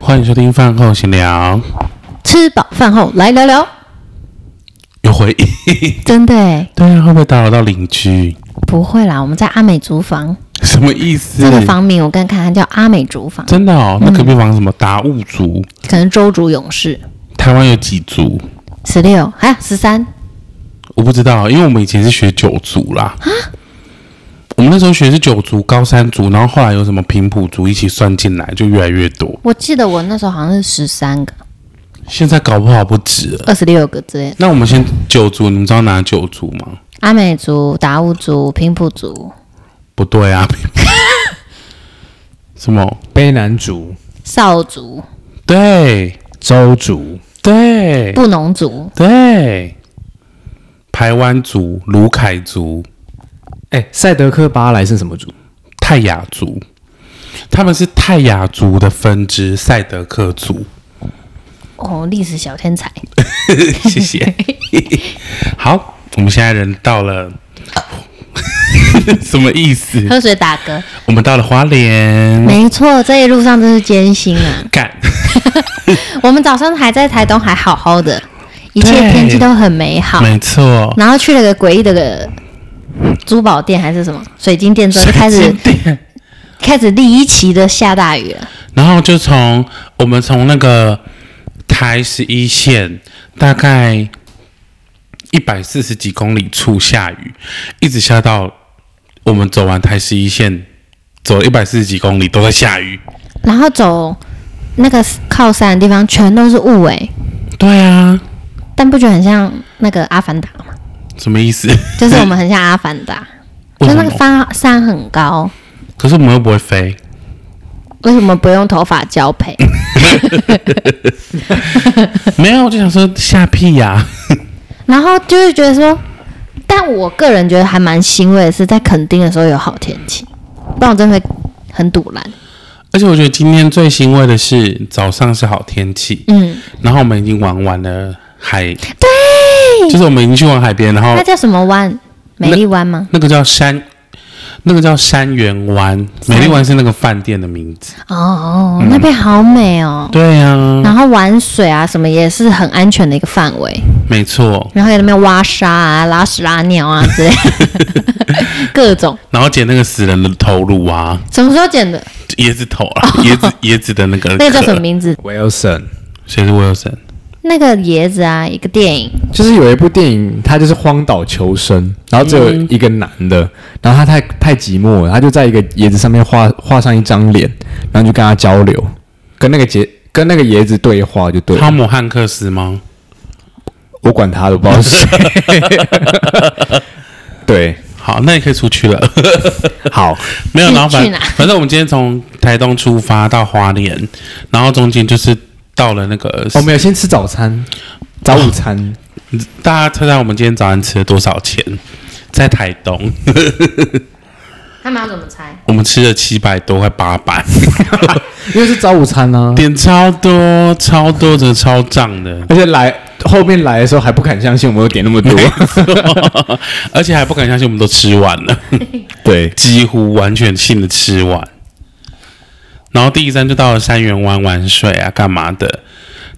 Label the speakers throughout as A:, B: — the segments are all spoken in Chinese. A: 欢迎收听饭后闲聊，
B: 吃饱饭后来聊聊，
A: 有回忆。
B: 真的哎，
A: 对啊，会不会打扰到邻居？
B: 不会啦，我们在阿美族房
A: 什么意思？
B: 这个房名，我刚看它叫阿美族房，
A: 真的哦，
C: 嗯
A: 那隔壁房什么达悟族？
B: 可能周族勇士
A: 台湾有几族？
B: 十六啊十三，
A: 我不知道，因为我们以前是学九族啦。
C: 啊
A: 我们那时候学是九族、高山族，然后后来有什么平埔族一起算进来，就越来越多。
B: 我记得我那时候好像是十三个、
A: 现在搞不好不止了。
B: 二十六个之类的。
A: 那我们先九族，你们知道哪九族吗？
B: 阿美族、达悟族、平埔族、
A: 不对 啊，什么？
C: 卑南族、
B: 少族、
A: 对
C: 周族、
A: 对
B: 布农族、
A: 对，台湾族、卢凯族、
C: 哎、赛德克巴莱是什么族？
A: 泰雅族，他们是泰雅族的分支赛德克族。
B: 哦，历史小天才，
A: 谢 谢。好，我们现在人到了， 什么意思？
B: 喝水打嗝。
A: 我们到了花莲，
B: 没错，这一路上真是艰辛啊！
A: 干，
B: 我们早上还在台东，还好好的，一切
A: 对
B: 天气都很美好。
A: 没错，
B: 然后去了个诡异的个珠宝店还是什么水晶店之后，就开
A: 神
B: 始
A: 经病
B: 开始离奇的下大雨了。
A: 然后就从我们从那个台十一线大概一百四十几公里处下雨，一直下到我们走完台十一线，走了一百四十几公里都在下雨。
B: 然后走那个靠山的地方全都是雾哎、
A: 对啊，
B: 但不觉得很像那个《阿凡达》吗？
A: 什么意思？
B: 就是我们很像《阿凡达》，
A: 为
B: 就
A: 什
B: 那个
A: 么？
B: 山山很高，
A: 可是我们又不会 飞，
B: 为什么不用头发 交配？
A: 没有，我就想说下屁呀、
B: 然后就是觉得说，但我个人觉得还蛮欣慰的是，在垦丁的时候有好天气，不然我真的会很堵然。
A: 而且我觉得今天最欣慰的是早上是好天气，
B: 嗯，
A: 然后我们已经玩完了海，对，就是我们已经去玩海边，然后
B: 哎那叫什么湾？美丽湾吗？
A: 那个叫山，那个叫山园湾，美丽湾是那个饭店的名字。
B: 哦哦，那边好美哦。
A: 对啊，
B: 然后玩水啊，什么也是很安全的一个范围。
A: 没错。
B: 然后也在那边挖沙啊、拉屎拉尿啊之类的，各种。
A: 然后捡那个死人的头颅啊，
B: 什么时候剪的？
A: 椰子头啊，椰子椰子的那个
B: 哦 那个叫
A: 壳
B: 什么？名字？
C: Wilson
A: 谁是 Wilson？
B: 那个椰子啊，一个电影。
C: 就是有一部电影，他就是荒岛求生，然后只有一个男的，然后他太太寂寞了，他就在一个椰子上面画画上一张脸，然后就跟他交流，跟那个椰跟那个椰子对话就对了
A: 汤姆汉克斯吗？
C: 我管他的，我不知道是谁。 对，
A: 好，那也可以出去了。
C: 好，
A: 没有，
B: 去
A: 然后
B: 去
A: 反
B: 哪
A: 反正我们今天从台东出发到花莲，然后中间就是到了那个，
C: 我们有先吃早餐，早午餐，
A: 大家猜猜我们今天早上吃了多少钱？在台东，
B: 他们要怎么猜？
A: 我们吃了七百多，快八百。
C: 因为是早午餐 呢、啊。
A: 点超多，超多的，超胀的，
C: 而且来后面来的时候还不敢相信我们有点那么 多，
A: 而且还不敢相信我们都吃完了，
C: 对，
A: 几乎完全性的吃完。然后第一站就到了三元湾玩水啊，干嘛的？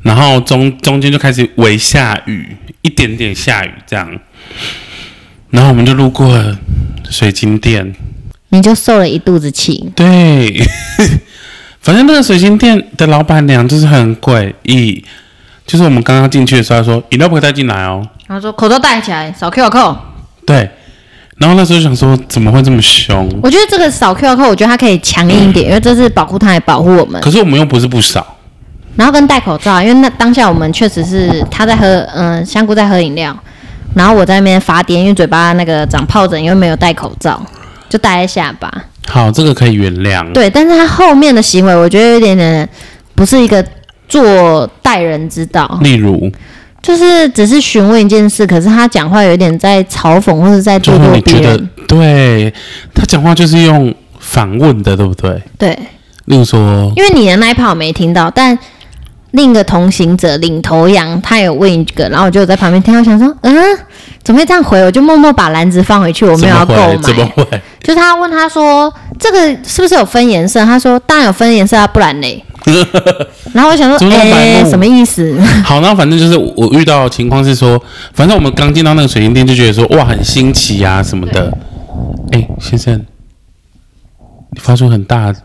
A: 然后中中间就开始微下雨，一点点下雨这样。然后我们就路过了水晶店，
B: 你就受了一肚子气。
A: 对， 反正那个水晶店的老板娘就是很诡异，就是我们刚刚进去的时候，她说饮料不可以带进来哦。
B: 然后说口罩戴起来，扫 QR code。
A: 对，然后那时候想说，怎么会这么凶？
B: 我觉得这个扫 QR code，我觉得它可以强硬一点，因为这是保护它，也保护我们。
A: 可是我们又不是不少，
B: 然后跟戴口罩，因为那当下我们确实是他在喝，嗯、香菇在喝饮料，然后我在那边发癫，因为嘴巴那个长疱疹，因为没有戴口罩，就戴在下巴。
A: 好，这个可以原谅。
B: 对，但是他后面的行为，我觉得有点点不是一个做待人之道，
A: 例如，
B: 就是只是询问一件事，可是他讲话有点在嘲讽或者在
A: 就
B: 咄
A: 是
B: 咄
A: 你
B: 逼
A: 觉得
B: 人。
A: 对他讲话就是用反问的，对不对？
B: 对，
A: 例如说，
B: 因为你的那一趴我没听到，但另一个同行者领头羊他有问一个，然后我就在旁边听，我想说，嗯，怎么会这样回？我就默默把篮子放回去，我没
A: 怎
B: 有
A: 么
B: 要购
A: 会？
B: 买。
A: 怎么会？
B: 就是他问他说，这个是不是有分颜色？他说当然有分颜色啊，不然嘞。 然后我想
A: 怎
B: 说，
A: 么那么白
B: 哎、
A: 目
B: 什么意 思？
A: 好，那反正就是我我遇到的情况是说，反正我们刚进到那个水晶店就觉得说哇很新奇啊什么的。哎、先生，你发出很大的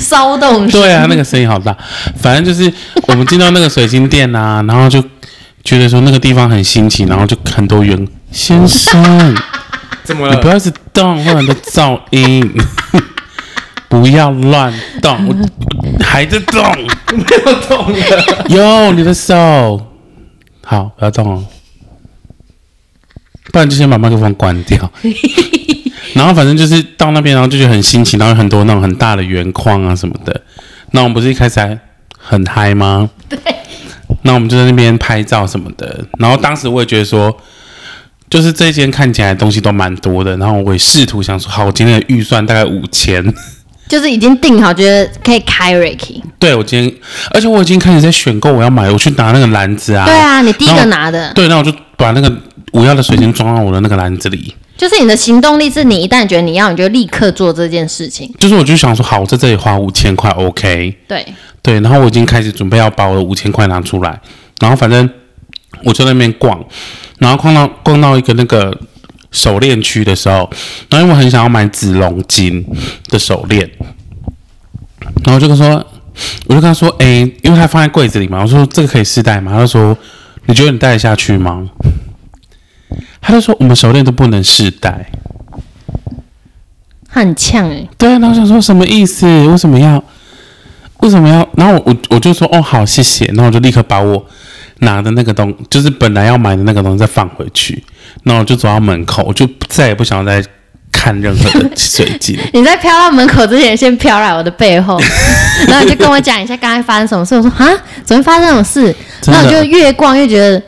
B: 骚动是
A: 对啊，那个声音好大。反正就是我们进到那个水晶店啊，然后就觉得说那个地方很新奇，然后就很多员先生，
C: 怎么
A: 你不要一直动，会有很多噪音， 不要乱动，我还在动，
C: 不要动了？
A: 哟，你的手，好，不要动哦，不然就先把麦克风关 掉。然后反正就是到那边，然后就觉得很新奇，然后有很多那种很大的圆框啊什么的。那我们不是一开始还很嗨吗？对。那我们就在那边拍照什么的。然后当时我也觉得说，就是这间看起来东西都蛮多的。然后我也试图想说，好，我今天的预算大概五千。
B: 就是已经定好，觉得可以开 Ricky。
A: 对我今天，而且我已经开始在选购我要买，我去拿那个篮子啊。
B: 对啊，你第一
A: 然
B: 个
A: 后
B: 拿的，
A: 对，那我就把那个我要的水晶装到我的那个篮子里。
B: 就是你的行动力是你一旦觉得你要，你就立刻做这件事情。
A: 就是我就想说，好，我在这里花五千块，OK。
B: 对，
A: 对，然后我已经开始准备要把我的五千块拿出来，然后反正我就在那边逛，然后逛到逛到一个那个手链区的时候，然后因为我很想要买紫龙金的手链，然后我就跟他说，我就跟他说，哎、因为他放在柜子里嘛，我说这个可以试戴吗？他就说，你觉得你戴得下去吗？他就说我们手链都不能试戴。
B: 他很呛哎、
A: 对，啊然后我想说什么意思？为什么要？为什么要？然后我我我就说哦好，谢谢。然后我就立刻把我拿的那个东，就是本来要买的那个东西再放回去。然后我就走到门口，我就再也不想再看任何的水晶。
B: 你在飘到门口之前，先飘来我的背 后，然后你就跟我讲一下刚才发生什么事。我说啊，怎么会发生这种事？
A: 真
B: 然后我就
A: 的，
B: 越逛越觉得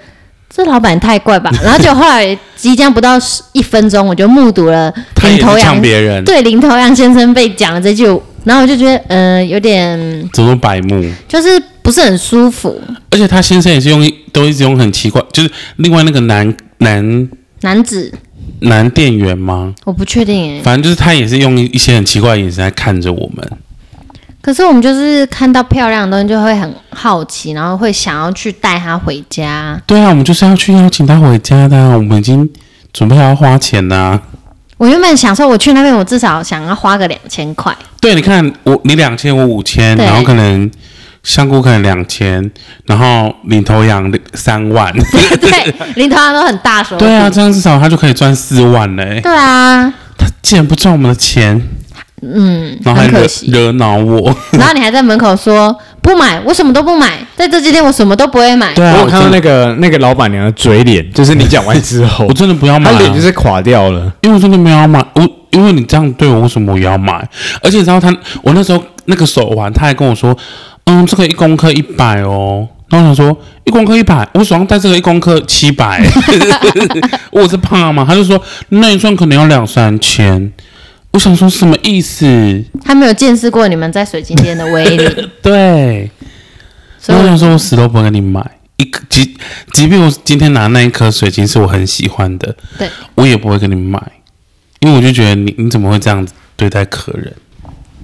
B: 这老板太怪 吧。然后就后来即将不到十一分钟，我就目睹了
A: 他
B: 领
A: 也
B: 头
A: 是
B: 羊
A: 呛别 人，
B: 对领头羊先生被讲了这句，然后我就觉得呃有点
A: 怎么白目？
B: 就是不是很舒服，
A: 而且他先生也是用都一直用很奇怪，就是另外那个男男
B: 男子
A: 男店员吗？
B: 我不确定哎、
A: 反正就是他也是用一些很奇怪的眼神在看着我们。
B: 可是我们就是看到漂亮的东西就会很好奇，然后会想要去带它回家。
A: 对啊，我们就是要去邀请他回家的、啊，我们已经准备好要花钱啊啦、
B: 我原本想说，我去那边，我至少想要花个两 千块，
A: 对，你看我你两千，我五千，
B: 对
A: 然后可能香菇可能两千，然后领头羊三万，
B: 对，领头羊都很大手笔。
A: 对啊，这样至少他就可以赚四万嘞、
B: 对啊，
A: 他 竟然不赚我们的钱，
B: 嗯，
A: 然后还
B: 很
A: 惹
B: 可惜。
A: 惹恼我，
B: 然后你还在门口说不买，我什么都不买，在这几天我什么都不会买。
A: 对啊，
C: 我有看到
A: 真的
C: 那个那个老板娘的嘴脸，就是你讲完之后
A: 我，真的不要买、
C: 她
A: 啊，
C: 脸就是垮掉了。
A: 因为我真的没有要买，我因为你这样对我，为什么我要买？而且你知道他，我那时候那个手环，他还跟我说，嗯，这个一公克一百哦。然后我想说一公克一百，我手上戴这个一公克七百， 我是怕吗？他就说那一串可能要两三千。我想说什么意思？
B: 他没有见识过你们在水晶店的威力，
A: 对，
B: 所
A: 然后
B: 以
A: 我想
B: 我
A: 说我死都不会跟你买一颗，即即便我今天拿那一颗水晶是我很喜欢的，
B: 对
A: 我也不会跟你买，因为我就觉得你你怎么会这样子对待客人？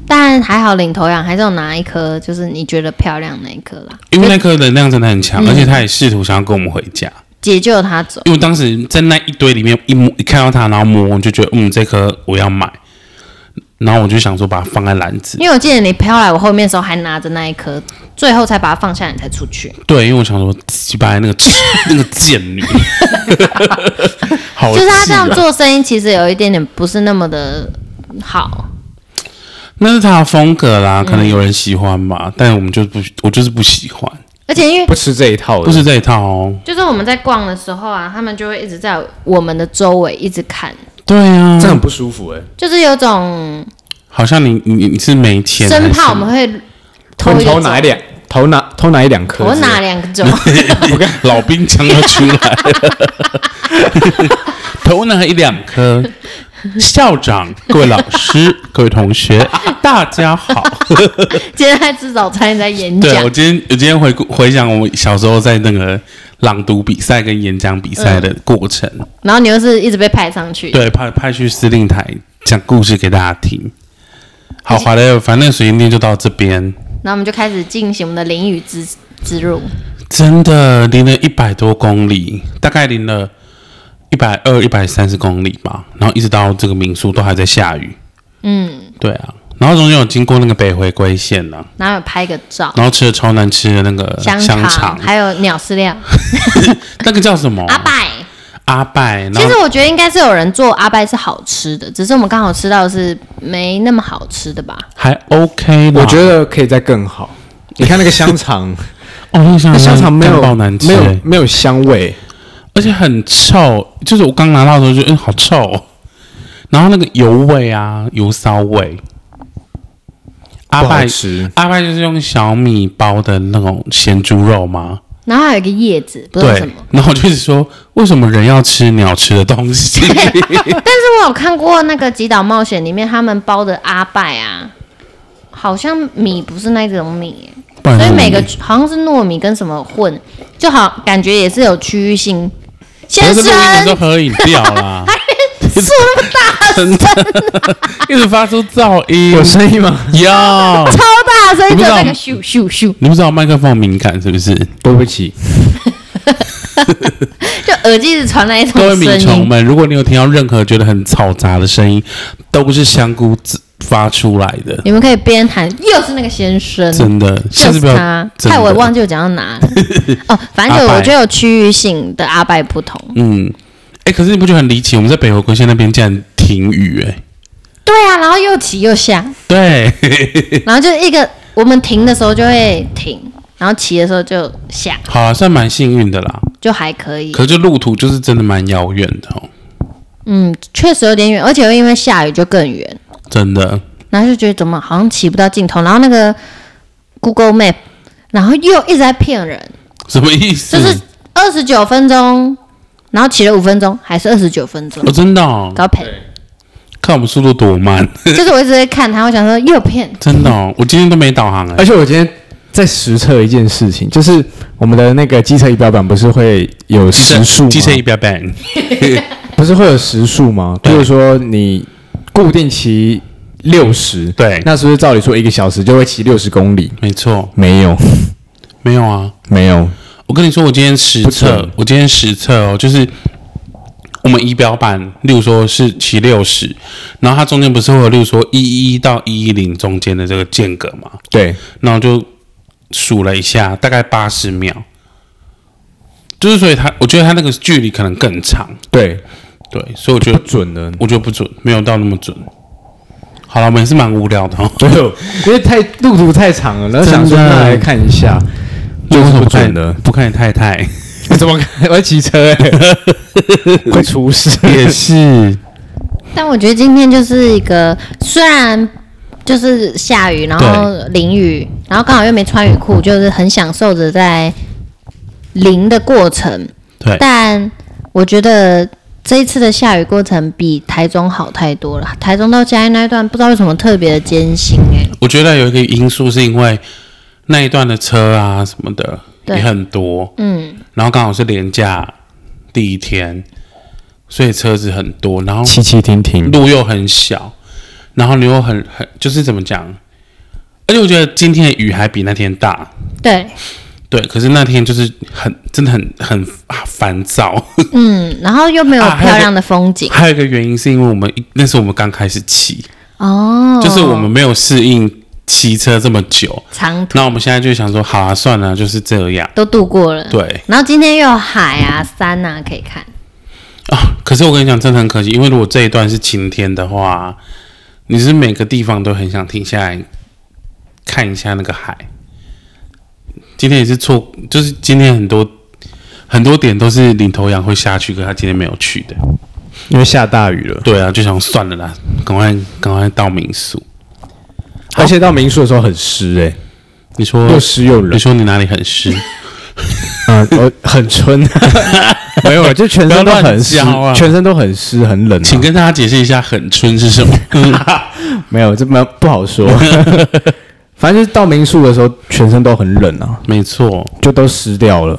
B: 但还好领头羊还是有拿一颗，就是你觉得漂亮那一颗啦，
A: 因为那颗能量真的很强，
B: 嗯
A: 而且他也试图想要跟我们回家。
B: 解救他走。
A: 因为我当时在那一堆里面一摸，一看到它，然后摸，我就觉得嗯，这颗我要买，然后我就想说把它放在篮子。
B: 因为我记得你飘来我后面的时候还拿着那一颗，最后才把它放下，你才出去。
A: 对，因为我想说鸡巴那个 那个贱 女，好、气
B: 就是他这样
A: 啊
B: 做生意，其实有一点点不是那么的好。
A: 那是他的风格啦，
B: 嗯
A: 可能有人喜欢吧，但我们就不，我就是不喜欢，
B: 而且因为
C: 不吃这一套的，
B: 啊
A: 不是这一套哦。
B: 就是我们在逛的时候啊，他们就会一直在我们的周围一直看，
A: 对啊，
C: 这很不舒服哎、
B: 就是有种
A: 好像你你你是没钱，
B: 生怕
A: 还
B: 我们会偷
C: 偷
B: 一个
C: 偷哪一
B: 种
C: 两偷哪偷哪一两颗？
B: 我哪两 个种？
A: 是我看老兵枪要出来了，头呢一两颗。校长、各位老师、各位同学，大家好。
B: 今天在吃早餐，你在 演
A: 对啊
B: 讲
A: 我，今天，我今天回顾回想我小时候在那个朗读比赛跟演讲比赛的过程，
B: 然后你又是一直被派上去。
A: 对，派派去司令台讲故事给大家听。好，华莱反正那个水晶店就到这边，
B: 然后我们就开始进行我们的淋雨之之路。
A: 真的淋了一百多公里，大概淋了一百二、一百三十公里吧，然后一直到这个民宿都还在下雨。
B: 嗯，
A: 对啊，然后中间有经过那个北回归线呢、
B: 然后有拍个照，
A: 然后吃了超难吃的那个
B: 香
A: 哦肠， 嗯
B: 还有鸟饲料，
A: 那个叫什么？
B: 阿拜。
A: 阿拜，然
B: 其实
A: 后
B: 我觉得应该是有人做阿拜是好吃的，只是我们刚好吃到的是没那么好吃的吧。
A: 还 OK 啦
C: 我觉得可以再更好。你看那个香肠，
A: 哦，那个香
C: 那香肠没
A: 干
C: 有
A: 爆难吃、
C: 没有
A: 欸
C: 没有香味，
A: 而且很臭，就是我刚拿到的时候就嗯好臭哦、然后那个油味啊，油骚味。阿
C: 不好
A: 拜
C: 吃。
A: 阿拜就是用小米包的那种咸猪肉吗？
B: 然后还有一个叶子，不知道
A: 对
B: 什么。，
A: 然后我就是说，为什么人要吃鸟吃的东 西？
B: 但是我有看过那个《极岛冒险》里面他们包的阿拜啊，好像米不是那种米耶、
A: 不然
B: 所以
A: 我
B: 每个好像是糯米跟什么混，就好感觉也是有区域性。
A: 我在
B: 先生，
A: 录音的时候喝饮料啦，
B: 说那么大声，
A: 真的一直发出噪音。
C: 有声音吗？
A: 哟，
B: 超大声，
A: 你
B: 就
A: 不知道
B: 那个咻咻咻，
A: 你不知道麦克风敏感是不是？
C: 对不起，
B: 就耳机里传来一种
A: 各位米
B: 声
A: 虫
B: 音。
A: 们，如果你有听到任何觉得很嘈杂的声音，都不是香菇自发出来的，
B: 你们可以边喊，又是那个先生，
A: 真的。下次
B: 嗯就是
A: 不要
B: 他，
A: 真
B: 害
A: 的
B: 我忘记我讲到 哪了。哦，反正就
A: 阿拜
B: 我觉得有区域性的阿拜不同。
A: 嗯，哎、可是你不觉得很离奇？我们在北回归线那边竟然停雨、诶
B: 对啊，然后又起又下，
A: 哎，对，
B: 然后就一个我们停的时候就会停，然后骑的时候就下，
A: 好啊，算蛮幸运的啦。
B: 就还可以
A: 可。是就路途就是真的蛮遥远的、哦，
B: 嗯，确实有点远，而且又因为下雨就更远，
A: 真的。
B: 然后就觉得怎么好像骑不到尽头，然后那个 Google Map，然后又一直在骗人，
A: 什么意思？
B: 就是二十九分钟，然后骑了五分钟，还是二十九分钟
A: 哦，，真的、哦，
B: 高配。
A: 看我们速度多慢，
B: 就是我一直在看他，我想说又骗，
A: 真的、哦，我今天都没导航哎、
C: 而且我今天在实测一件事情，就是我们的那个机车仪表板不是会有
A: 机车
C: 时速吗？啊
A: 机车仪表板，
C: 不是会有时速吗？比
A: 对
C: 如说你固定骑六十，
A: 对
C: 那是不是照理说一个小时就会骑六十公里？
A: 没错，
C: 没有，
A: 没有啊。
C: 没有，
A: 我跟你说，我今天实
C: 不
A: 测
C: 准，
A: 我今天实测哦，就是我们仪表板，例如说是骑六十，然后它中间不是会有，例如说一一到一一零中间的这个间隔嘛，
C: 对，
A: 然后就数了一下，大概八十秒，就是所以它，我觉得它那个距离可能更长，
C: 对，
A: 对，所以我觉
C: 不
A: 得
C: 准的。
A: 我觉得不准，没有到那么准。好了，我们也是蛮无聊的哦，
C: 对，因为太路途太长了，然后想说
A: 真的
C: 那来看一下，就是不准的。
A: 不看太太
C: 怎么看？我在骑车、 欸，会出事。
A: 也是，
B: 但我觉得今天就是一个虽然就是下雨，然后淋雨，然后刚好又没穿雨裤，就是很享受着在淋的过程。
A: 对
B: 但我觉得这一次的下雨过程比台中好太多了。台中到嘉义那一段不知道为什么特别的艰辛哎、
A: 我觉得有一个因素是因为那一段的车啊什么的
B: 对
A: 也很多，
B: 嗯，
A: 然后刚好是连假第一天，所以车子很多，然后
C: 骑骑停停，
A: 路又很小，然后你又很很就是怎么讲？而且我觉得今天的雨还比那天大，
B: 对，
A: 对，可是那天就是很真的很很啊烦躁。
B: 嗯，然后又没有
A: 啊还有
B: 漂亮的风景、
A: 还有一个原因是因为我们一那是我们刚开始骑，
B: 哦，
A: 就是我们没有适应骑车这么久，
B: 长途
A: 那我们现在就想说，好啊，算了，就是这样。
B: 都度过了。
A: 对
B: 然后今天又有海啊、山啊可以看，
A: 啊，可是我跟你讲，真的很可惜，因为如果这一段是晴天的话，你是每个地方都很想停下来看一下那个海。今天也是错，就是今天很多很多点都是领头羊会下去，可他今天没有去的。
C: 因为下大雨了，
A: 对啊，就想算了啦，赶快赶快到民宿。
C: 而且到民宿的时候很湿哎、
A: 你说
C: 又湿又冷
A: 你，说你哪里很 湿？
C: 嗯，我很春，啊 没有，就全身都很湿
A: 不要乱叫啊，
C: 全身都很湿很冷、
A: 请
C: 啊，
A: 跟大家解释一下“很春”是什么。
C: 没有，这没不好说。 反正就是到民宿的时候，全身都很冷啊，
A: 没错，
C: 就都湿掉了。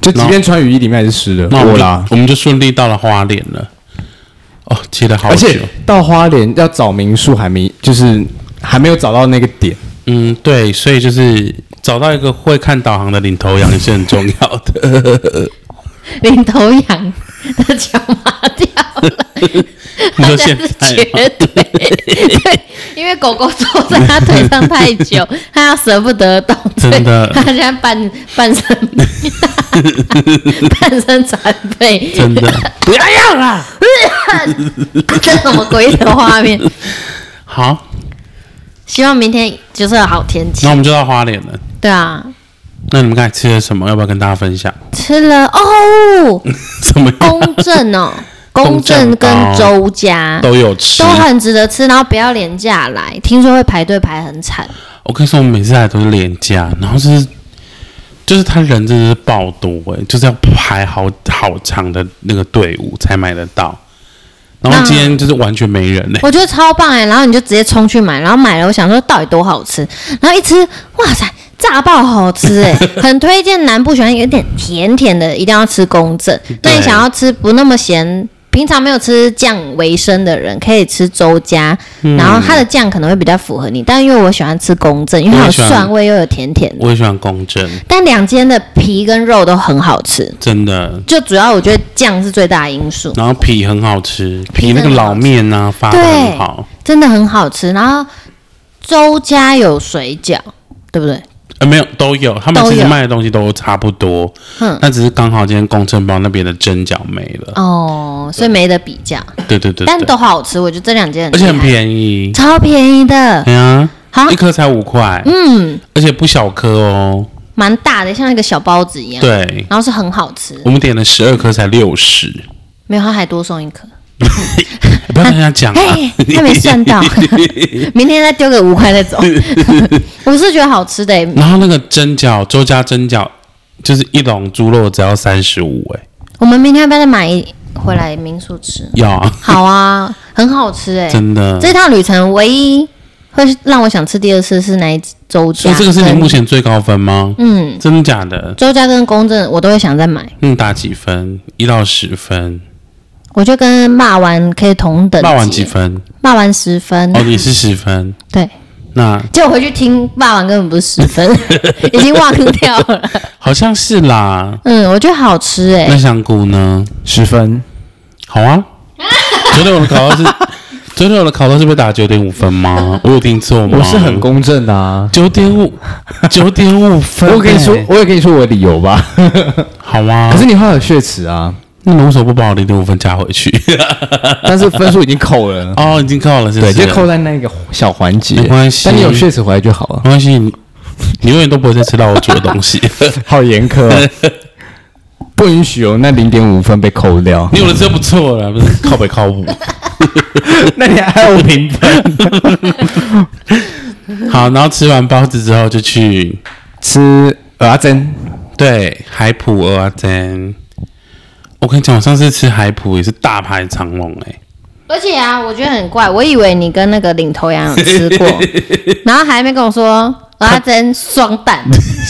C: 就即便穿雨衣，里面还是湿的。
A: 那我
C: 我
A: 们
C: 啦
A: 就，我们就顺利到了花莲了。哦，骑了好
C: 而
A: 久
C: 且，到花莲要找民宿还没，就是还没有找到那个点。
A: 嗯，对，所以就是找到一个会看导航的领头羊也是很重要的。
B: 领头羊的脚麻掉了，
A: 你
B: 他
A: 说现
B: 现在是
A: 在
B: 瘸腿，对，因为狗狗坐在他腿上太久，它要舍不得动，所以
A: 真的
B: 它现在半半身半身残废，
A: 真的不要要啦。
B: 这什么鬼的画面？
A: 好，
B: 希望明天就是有好天气
A: 那。我们就到花莲了。
B: 对啊，
A: 那你们刚才吃了什么？要不要跟大家分 享？
B: 吃了哦，
A: 怎么样
B: 公 正哦，公
A: 公正
B: 正跟
A: 包
B: 周家
A: 都有吃
B: 都。很值得吃，然后不要廉价来，听说会排队排很惨。
A: 我跟你说，我们每次来都是廉价，然后就是就是他人真的是爆多哎、就是要排好好长的那个队伍才买得到。然后
B: 那
A: 今天就是完全没人欸嘞、
B: 我觉得超棒哎、然后你就直接冲去买，然后买了，我想说到底多好吃，然后一吃，哇塞，炸爆好 吃哎、很推荐南部喜欢有点甜甜的，一定要吃公正。那你
A: 对
B: 想要吃不那么咸，平常没有吃酱为生的人，可以吃周家，
A: 嗯
B: 然后它的酱可能会比较符合你，但因为我喜欢吃公正，因为
A: 我
B: 它有
A: 也喜欢
B: 蒜味又有甜甜的，
A: 我也喜欢公正，
B: 但两间的皮跟肉都很好吃，
A: 真的。
B: 就主要我觉得酱是最大的因素。
A: 然后皮很好吃，皮
B: 皮
A: 那个
B: 很好
A: 老面啊发的
B: 对
A: 很好。
B: 真的很好吃。然后周家有水饺，对不对？
A: 呃，没有，都有，他们
B: 都
A: 其实
B: 有
A: 卖的东西都差不多，
B: 嗯，
A: 那只是刚好今天公正包那边的蒸饺没了。
B: 哦，所以没得比较，
A: 对对对
B: 但
A: 对，
B: 都好吃。我觉得这两间
A: 而且很
B: 宜，
A: 便宜，
B: 超便宜的，
A: 对啊，
B: 好
A: 一，颗才五块，
B: 嗯，
A: 而且不小颗哦。
B: 蛮大的，像一个小包子一样。，
A: 对，
B: 然后是很好吃，
A: 我们点了十二颗才六十，
B: 没有他还多送 一
A: 啊
B: 颗，
A: 不要跟人家讲啊。
B: 嗯嘿，他没算 到，明天再丢个五块再走。我是觉得好吃的欸、
A: 然后那个蒸饺，周家蒸饺，就是一笼猪肉只要三十五，哎，
B: 我们明天要不要再买一回来民宿吃？
A: 要啊，
B: 好啊，很好吃哎、
A: 真的。
B: 这趟旅程唯一会让我想吃第二次是哪一周
A: 所
B: 家？
A: 以哦这个是你目前最高分吗？
B: 嗯，
A: 真的假的？
B: 周家跟公正我都会想再买，
A: 嗯，打几分？一到十分，
B: 我觉得跟骂丸可以同等级。嗯
A: 骂完几？分？
B: 骂丸十分。
A: 哦，你是十分，
B: 对，
A: 那
B: 结果回去听骂丸根本不是十 分，已经忘掉了。
A: 好像是啦。
B: 嗯，我觉得好吃哎、
A: 那香菇呢？
C: 十分，
A: 好啊。昨天我的考到是，昨天我的考到是被打九点五分吗？我有听错吗？
C: 我是很公正的啊。
A: 九点五，九点五分。哎
C: 我跟你说，我也跟你说我的理由吧。
A: 好啊。
C: 可是你会有血池啊，
A: 那你为什么不把我零点五分加回 去？，
C: 但是分数已经扣了
A: 哦，已经扣 了，是不
C: 对，
A: 是？
C: 就扣在那个小环节，
A: 没关系
C: 但你有血池回来就好了。
A: 没关系，你你永远都不会再吃到我煮的东 西。
C: 好严苛、 哦，不允许有那零点五分被扣掉。
A: 你有的吃就不错了，不是靠北靠五。
C: 那你还有评分？
A: 好，然后吃完包子之后就去
C: 吃蚵仔煎，
A: 对，海普蚵仔煎。我跟你讲，我上次吃海普也是大排长龙哎、
B: 而且啊，我觉得很怪，我以为你跟那个领头羊有吃过，然后还没跟我说阿珍双蛋，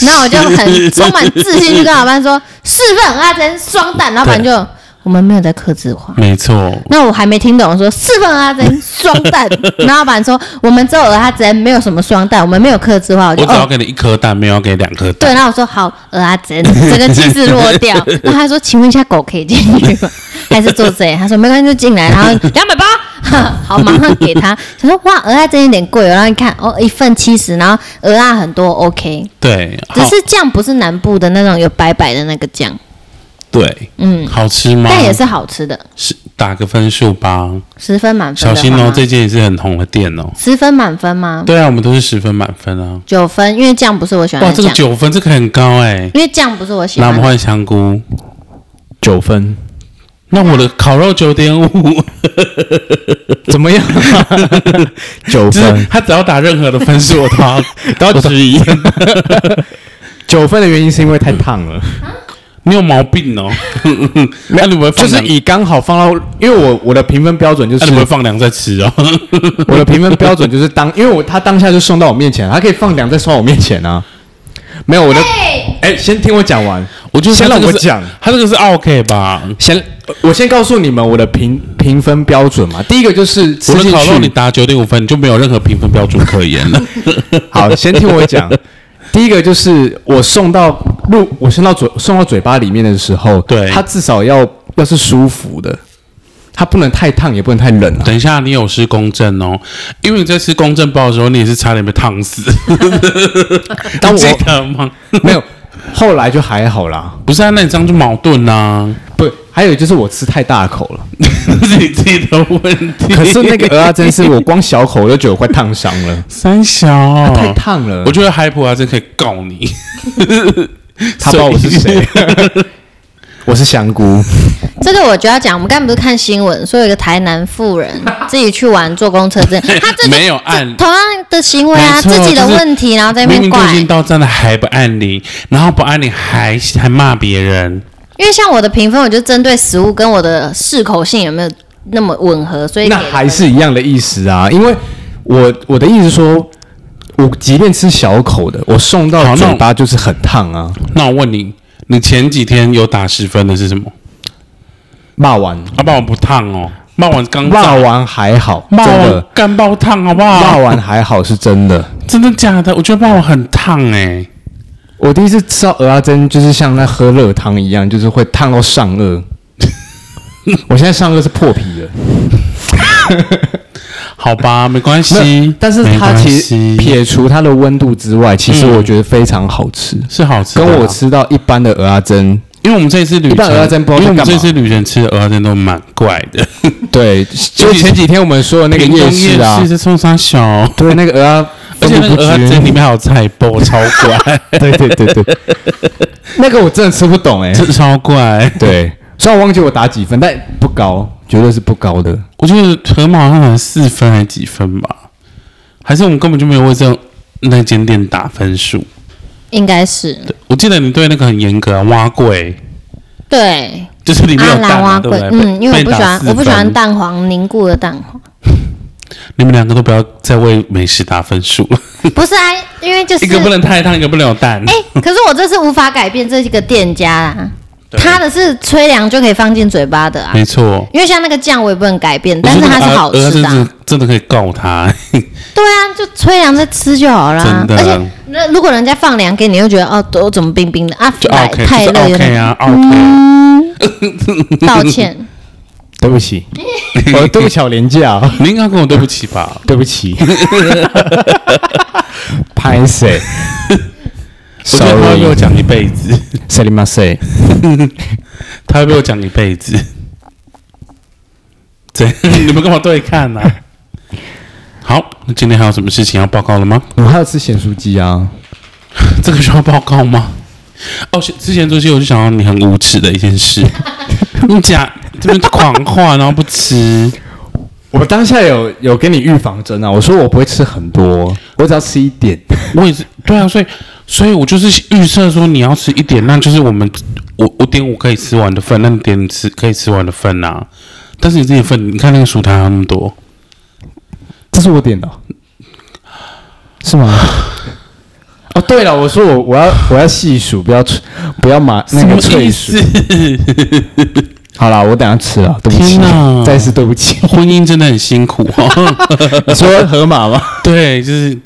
B: 然后我就很充满自信去跟老板说四份阿珍双蛋，老板就我们没有在克制化。
A: 没错，
B: 那我还没听懂，说四份阿珍双蛋，然后老板说我们只有阿珍，没有什么双蛋，我们没有克制化，我
A: 我
B: 就
A: 只要
B: 哦。
A: 给你一颗蛋，没有要给两颗
B: 对，
A: 蛋。
B: 然后我说好，鹅阿珍整个气势落 掉。然后他说：“请问一下，狗可以进去吗？还是坐这里？”他说：“没关系，就进来。”然后两百八， 好，马上给他。他说：“哇，鹅阿珍有点贵哦。”然后你看，哦，一份七十，然后鹅啊很多，OK。
A: 对，
B: 只
A: 好，
B: 是酱不是南部的那种有白白的那个酱，
A: 对，
B: 嗯，
A: 好吃吗？
B: 但也是好吃的，
A: 是打个分数吧，
B: 十分满分
A: 小
B: 的
A: 心
B: 话
A: 哦，这间也是很红的店哦。
B: 十分满分吗？
A: 对啊，我们都是十分满分啊。
B: 九分，因为酱不是我喜欢
A: 哇，
B: 的
A: 这
B: 酱，
A: 个九分，这个很高哎、
B: 因为酱不是我喜
A: 那我
B: 欢
A: 们
B: 的。
A: 换香菇。
C: 九分，
A: 那我的烤肉九点五，
C: 怎么样？ 九
A: 就是
C: 分，
A: 他只要打任何的分数，我都要嗯 都要质疑。
C: 九分的原因是因为太烫了，
A: 你有毛病哦？ 那你不会
C: 就
A: 放
C: 是
A: 两
C: 以刚好放到，因为我我的评分标准就是
A: 那、你不会放凉再吃 哦？
C: 我的评分标准就是当，因为我他当下就啊送到我面前，他可以放凉再送到我面前啊。没有我的，哎、先听我讲完。
A: 我觉得他
C: 先让
A: 这个
C: 我
A: 是
C: 讲，
A: 他这个是 OK 吧？
C: 先我先告诉你们我的评评分标准嘛。第一个就是吃
A: 我的
C: 进
A: 烤肉你
C: 去，
A: 打九点五分，你就没有任何评分标准 可言 了。
C: 好，先听我 讲。第一个就是我送到入，我送到嘴送到嘴巴里面的时候，
A: 对
C: 它至少要要是舒服的，它不能太烫，也不能太 冷啊。
A: 等一下，你有失公正哦，因为你在吃公正包的时候，你也是差点被烫死，
C: 但
A: 你记
C: 我
A: 得吗？
C: 没有，后来就还好啦。
A: 不是啊，那你这样就矛盾啦、 啊，
C: 不，还有就是我吃太大口了，
A: 这是你自己的问题。
C: 可是那个鹅啊，真是我光小口我就觉得我快烫伤了，
A: 三小、
C: 它太烫了
A: 我。觉得 hyper 啊，真可以告你。
C: 他不知道我是 谁， 我是香菇。
B: 这个我就要讲，我们刚才不是看新闻，说有一个台南妇 人自己去玩坐公车这，他这就
A: 没有按
B: 同样的行为啊，
A: 没错
B: 自己的
A: 就是
B: 问题，然后在那
A: 明
B: 边
A: 明就
B: 怪。
A: 已经到站了，还不按铃，然后不按铃还还骂别人，
B: 因为像我的评分，我就针对食物跟我的适口性有没有那么吻合，所以
C: 那
B: 给的
C: 还是一样的意思啊，因为我我的意思是说，我即便吃小口的，我送
A: 好
C: 到
A: 那我
C: 嘴巴就是很烫啊，
A: 那我问你，你前几天有打十分的是什么？
C: 骂完
A: 啊，骂完不烫哦，骂完刚
C: 骂
A: 炸，
C: 完还好，真
A: 骂完
C: 的
A: 干爆烫好不
C: 骂
A: 好？
C: 完啊还好是真的。
A: 真的假的？我觉得骂完很烫哎、
C: 我第一次吃到鹅阿珍，就是像在喝热汤一样，就是会烫到上颚。我现在上颚是破皮 的，
A: 好吧， 没关
C: 没有
A: 系，
C: 但是
A: 没
C: 它
A: 关
C: 其
A: 系
C: 实撇除它的温度之外，其实
A: 嗯
C: 我觉得非常好吃，
A: 是好吃的
C: 跟
A: 啊、
C: 我吃到一般的鹅阿珍，
A: 因为我们这一次旅
C: 一般鹅
A: 程，
C: 啊真不知道
A: 因为我们
C: 在
A: 这
C: 干嘛
A: 次旅程吃的鹅啊真都蛮怪的，
C: 对，就前几天我们说的那个
A: 屏东
C: 夜市啊
A: 夜，市是冲山小，
C: 对，那个鹅啊，
A: 而且那个鹅啊真里面还有菜包，超 怪，
C: 对对对对， 那个我真的吃不懂哎、
A: 真的超怪。
C: 对，虽然我忘记我打几分，但不高，绝对是不高的。
A: 我觉得河马好像才四分还是几分吧，还是我们根本就没有为这那间店打分数。
B: 应该是
A: 我记得你对那个很严格啊，蛙贵
B: 对
A: 就是里面
B: 阿
A: 有
B: 兰
A: 蛋
B: 蛙
A: 嘛，对不
B: 龟，
A: 对？
B: 嗯，
A: 被
B: 因为我不
A: 被打
B: 喜欢
A: 四
B: 我不喜欢
A: 分
B: 蛋黄凝固的蛋黄，
A: 你们两个都不要再为美食打分数了，
B: 不是啊，因为就 是
A: 一个不能太烫，一个不能有蛋。
B: 哎、可是我这是无法改变这个店家啊，
A: 对
B: 他的是吹凉就可以放进嘴巴的啊，
A: 没错，
B: 因为像那个酱我也不能改变，但是它是好
A: 我
B: 吃
A: 说
B: 的
A: 那
B: 啊、
A: 呃个鹅鹅真的真的可以告他，
B: 对啊，就吹凉再吃就好啦。
A: 真的
B: 而且那如果人家放凉给你，又觉得哦，都怎么冰冰的啊？
A: 就
B: 来
A: OK，
B: 太
A: 就是
B: 热有
A: OK
B: 点
A: 啊，OK。
B: 嗯道 歉。
C: 对不 起，我对不起，好廉价、哦，
A: 你应该跟我对不起 吧？
C: 对不起， 拍 谁？
A: 我觉得他会被我讲一辈子，
C: 塞里马塞，
A: 他会被我讲一辈子。 怎样？你们干嘛对看啊呢、 好，那今天还有什么事情要报告了吗？
C: 我还要吃咸酥鸡啊！
A: 这个需要报告吗？哦，是之前做戏我就想到你很无耻的一件事，你讲这边狂话，然后不吃，
C: 我当下有有给你预防针啊，我说我不会吃很多，我只要吃一点。
A: 我也是，对啊，所以所以我就是预设说你要吃一点，那就是我们我我点我可以吃完的份，那你点你吃可以吃完的份啊。但是你自己的份，你看那个薯条还有那么多，
C: 这是我点的哦、是吗？ 哦，对了，我说我我要我要细数，不要脆不要麻那
A: 什
C: 个
A: 么
C: 脆
A: 意
C: 薯
A: 思。？
C: 好啦，我等下吃了，对不起
A: 天哪，。
C: 再次对不起
A: 婚姻真的很辛苦哦。
C: 你说河马吗？
A: 对，就是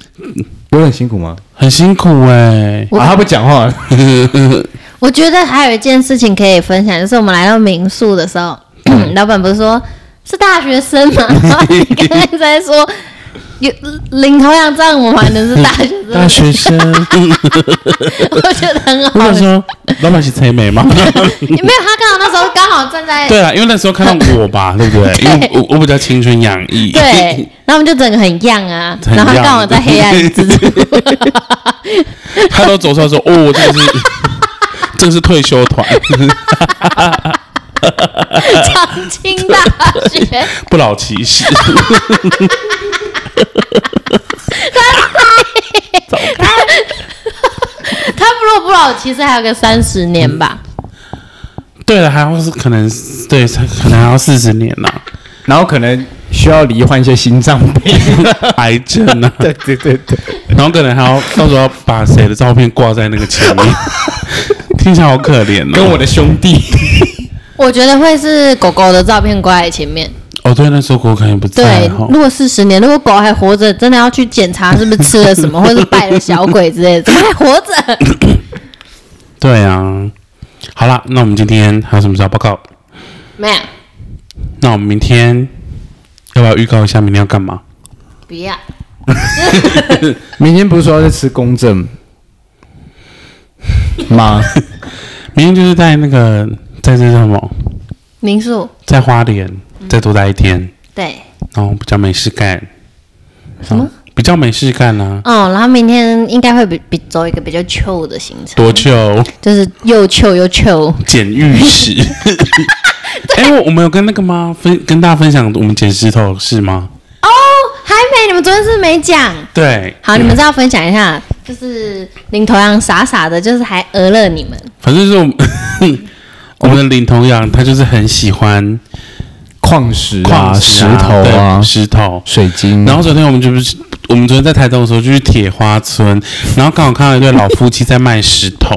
C: 有很辛苦吗？
A: 很辛苦哎、
B: 我
C: 啊，他不讲话了。
B: 我觉得还有一件事情可以分享，就是我们来到民宿的 时候，老板不是说是大学生吗？ 然后你刚才在说。有领头羊让我们玩的是大学生，
A: 大学生，
B: 我觉得很
A: 我
B: 好
A: 想
B: 笑。
A: 说，老板是催眉吗？
B: 没有，他刚好那时候刚好站在
A: 对啊，因为那时候看到我 吧，对不对？因为我我比较青春洋溢。
B: 对，然后我们就整个很样啊，
A: 很
B: 然后他
A: 样
B: 刚好在黑暗之中，
A: 他都走出来说：“哦，这个是 这个是退休团，
B: 长青大学。
A: 不老骑士。
B: 他不若不老，其实还有个三十年吧。”
A: 对了，还要是可能对，可能还要四十年呐、
C: 然后可能需要罹患一些心脏病。
A: 癌症呐、
C: 对对对对，
A: 然后可能还要到时候要把谁的照片挂在那个前面。听起来好可怜哦。
C: 跟我的兄弟，
B: 我觉得会是狗狗的照片挂在前面。
A: 哦，对，那时候我可能不在
B: 对
A: 哈，。
B: 如果四十年，如果狗还活着，真的要去检查是不是吃了什么，或者是拜了小鬼之类的，怎么还活着？
A: 对啊，好啦，那我们今天还有什么事要报告？
B: 没有，
A: 那我们明天要不要预告一下明天要干嘛？
B: 不要。
C: 明天不是说要去吃公 正吗？
A: 明天就是在那个在这叫什么，
B: 民宿
A: 在花莲
B: 嗯
A: 再多待一天，
B: 对
A: 然后比较没事干。啊
B: 什么？
A: 比较没事干啊，
B: 哦，然后明天应该会比比走一个比较 chill 的行程，
A: 多 久？
B: 就是又 chill 又 chill。
A: 捡玉石。 哎、我我们有跟那个吗？分跟大家分享我们捡石头是吗？
B: 哦，还没，你们昨天是不是没讲。
A: 对，
B: 好，你们再分享一下，就是领头羊傻傻的，就是还讹了你们。
A: 反正就是我 们我们的领头羊，他就是很喜欢
C: 矿石啊、
A: 矿石
C: 石
A: 啊、
C: 头啊
A: 对、石头。
C: 水晶，
A: 然后昨天我们就是，我们昨天在台东的时候，就去铁花村，然后刚好看到一对老夫妻在卖石头，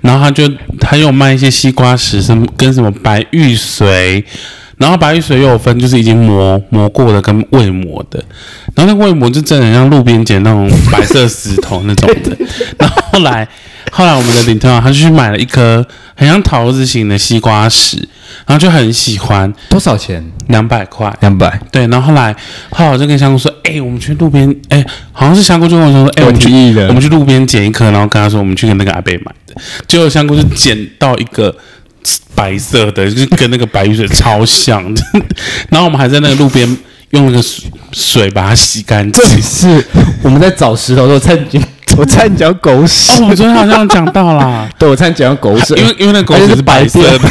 A: 然后他就他又卖一些西瓜石，什么跟什么白玉髓，然后白玉髓又有分，就是已经磨磨过的跟未磨的，然后那个未磨就真的很像路边捡那种白色石头那种的，然后后来后来我们的领头羊他就去买了一颗很像桃子型的西瓜石，然后就很喜欢，
C: 多少钱？
A: 两百块。
C: 两百。
A: 对，然后后来后来我就跟香菇说，哎、我们去路边，哎、好像是香菇就跟我说，哎、我们去
C: 我提议的
A: 我们去路边捡一颗，然后跟他说我们去跟那个阿贝买的，结果香菇就捡到一个。白色的，就是跟那个白玉水超像的。 然后我们还在那个路边用那个水水把它洗干净
C: 这。里是我们在找石头的时候，差点我差点讲狗
A: 哦，
C: 屎
A: 我，们昨天好像讲到啦，
C: 对我差点讲狗屎，
A: 因为因为那个狗
C: 它就
A: 屎
C: 哎是
A: 白色
C: 白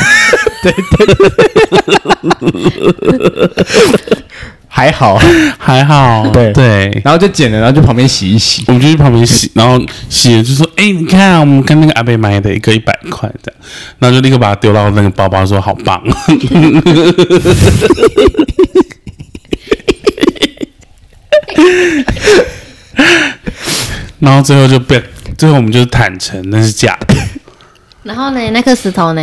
A: 的，
C: 还好，
A: 还好。
C: 对
A: 对，
C: 然后就捡了，然后就旁边洗一洗。
A: 我们就去旁边洗，然后洗了就说：“哎、你看、我们跟那个阿贝买的一个一百块这样。”然后就立刻把它丢到那个包包，说：“好棒然后最后就被，最后我们就坦诚那是假的。
B: 然后呢，那颗石头呢，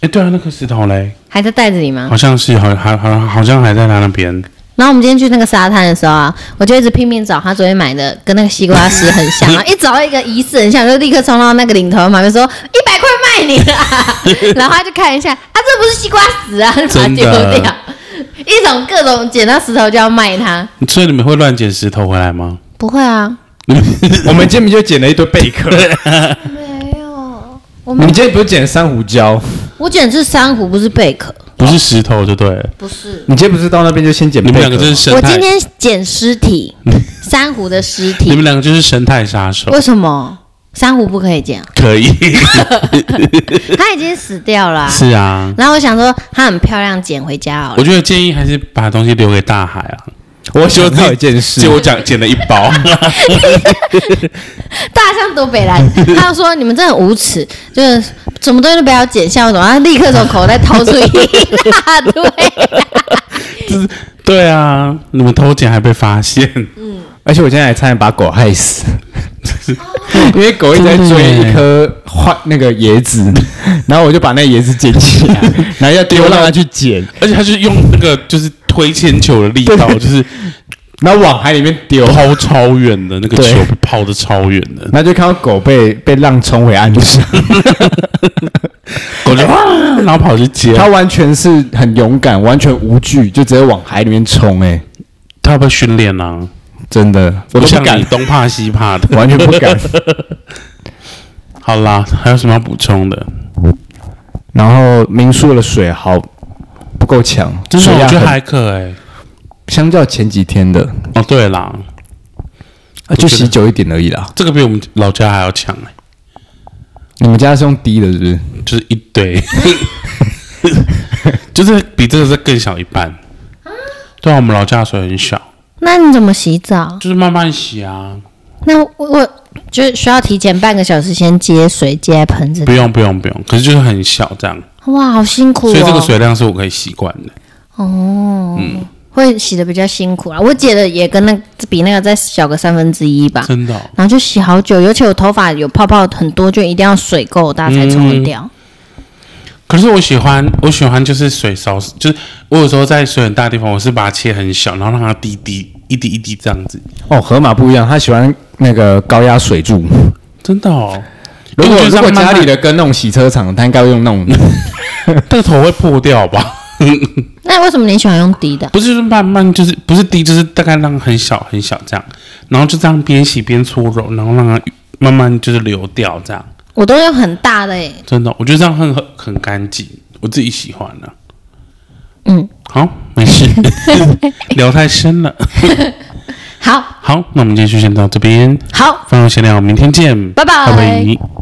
A: 哎、对啊，那颗石头嘞，
B: 还在袋子里吗
A: 好？像是，好还好好像还在他那边。
B: 然后我们今天去那个沙滩的时候啊，我就一直拼命找他昨天买的，跟那个西瓜石很像，然后一找到一个疑似很像，就立刻冲到那个领头旁边说一百块卖你啦， 然后他就看一下，啊这不是西瓜石啊，就 把它丢
A: 真
B: 掉
A: 的，
B: 一种各种捡到石头就要卖它，
A: 所以你们会乱捡石头回来吗？
B: 不会啊，
C: 我们今天就捡了一堆贝壳，
B: 没有，我
C: 你
B: 们
C: 们今天不是捡了珊瑚礁？
B: 我捡的是珊瑚，不是贝壳，
A: 不是石头就对了。
B: 不是。
C: 你今天不是到那边就先捡
A: 你
C: 贝
A: 们
C: 壳
A: 两个
C: 吗？
A: 就是生
B: 我
A: 态
B: 今，天捡尸体，珊瑚的尸
A: 你
B: 体
A: 们，两个就是生态杀手
B: 为。什么珊瑚不可以捡啊？
A: 可以，
B: 它已经死掉了 啊、
A: 是啊，
B: 然后我想说，它很漂亮，捡回家好
A: 我
B: 了。
A: 觉得建议还是把东西留给大海啊。
C: 我
A: 就
C: 想到一件事，
A: 结果讲捡了一包，
B: 大象多 北来，他就说你们真的很无耻，就是什么东西都不要捡，像我懂。他立刻从口袋掏出一大堆，
A: 对啊，你们偷捡还被发现，
C: 而且我今天还差点把狗害死，因为狗一直在追一颗坏那个椰子，然后我就把那椰子捡起来，然后要丢让它去捡，
A: 而且他是用那个就是推铅球的力道，就是
C: 然后往海里面丢，
A: 抛超远的那个
C: 对
A: 球，抛的超远的，
C: 然后就看到狗被被浪冲回岸上，
A: 狗就哇，然后跑去接，
C: 它
A: 他
C: 完全是很勇敢，完全无惧，就直接往海里面冲、欸，
A: 他要不要训练啊？
C: 真的，我都不
A: 像
C: 敢
A: 你，东怕西怕的。
C: 完全不敢。
A: 好啦，还有什么要补充的？
C: 然后民宿的水好不够强，
A: 真的，啊
C: 水
A: 我
C: 量
A: 觉得
C: 很
A: 还可哎。
C: 相较前几天的，
A: 哦，对啦，
C: 啊就
A: 我觉得
C: 洗久一点而已啦。
A: 这个比我们老家还要强哎，
C: 你们家是用滴的，是不是？
A: 就是一 堆，就是比这个是更小一半。对啊，我们老家的水很小。
B: 那你怎么洗澡？
A: 就是慢慢洗啊，
B: 那我我就需要提前半个小时先接水接在盆子
A: 不
B: 里。
A: 用不用不用，可是就是很小这样，
B: 哇，好辛苦哦。
A: 所以这个水量是我可以习惯的。
B: 哦，会洗的比较辛苦啦。我姐的也跟那比那个再小个三分之一吧，
A: 真的哦、
B: 然后就洗好久，尤其我头发有泡泡很多，就一定要水够，大家才冲
A: 嗯
B: 得掉。
A: 可是我喜欢，我喜欢就是水烧，就是我有时候在水很大的地方，我是把它切很小，然后让它滴滴一滴一滴这样子，
C: 哦，河马不一样，他喜欢那个高压水柱。
A: 真的 哦。
C: 如
A: 因
C: 果
A: 为就是
C: 如果
A: 慢慢
C: 家里的跟那种洗车场，他应该会用那种
A: 那个头会破掉吧？
B: 那为什么你喜欢用低的？
A: 不是，就是慢慢就是不是滴，就是大概让很小很小这样，然后就这样边洗边搓揉，然后让它慢慢就是流掉这样。
B: 我都用很大的欸诶、
A: 真的，我觉得这样很很很干净，我自己喜欢的、
B: 嗯，
A: 好，没事， 聊太深了。
B: 好
A: 好，那我们今天就先到这边，
B: 好，
A: 放松闲聊，明天见，
B: 拜拜
A: 拜拜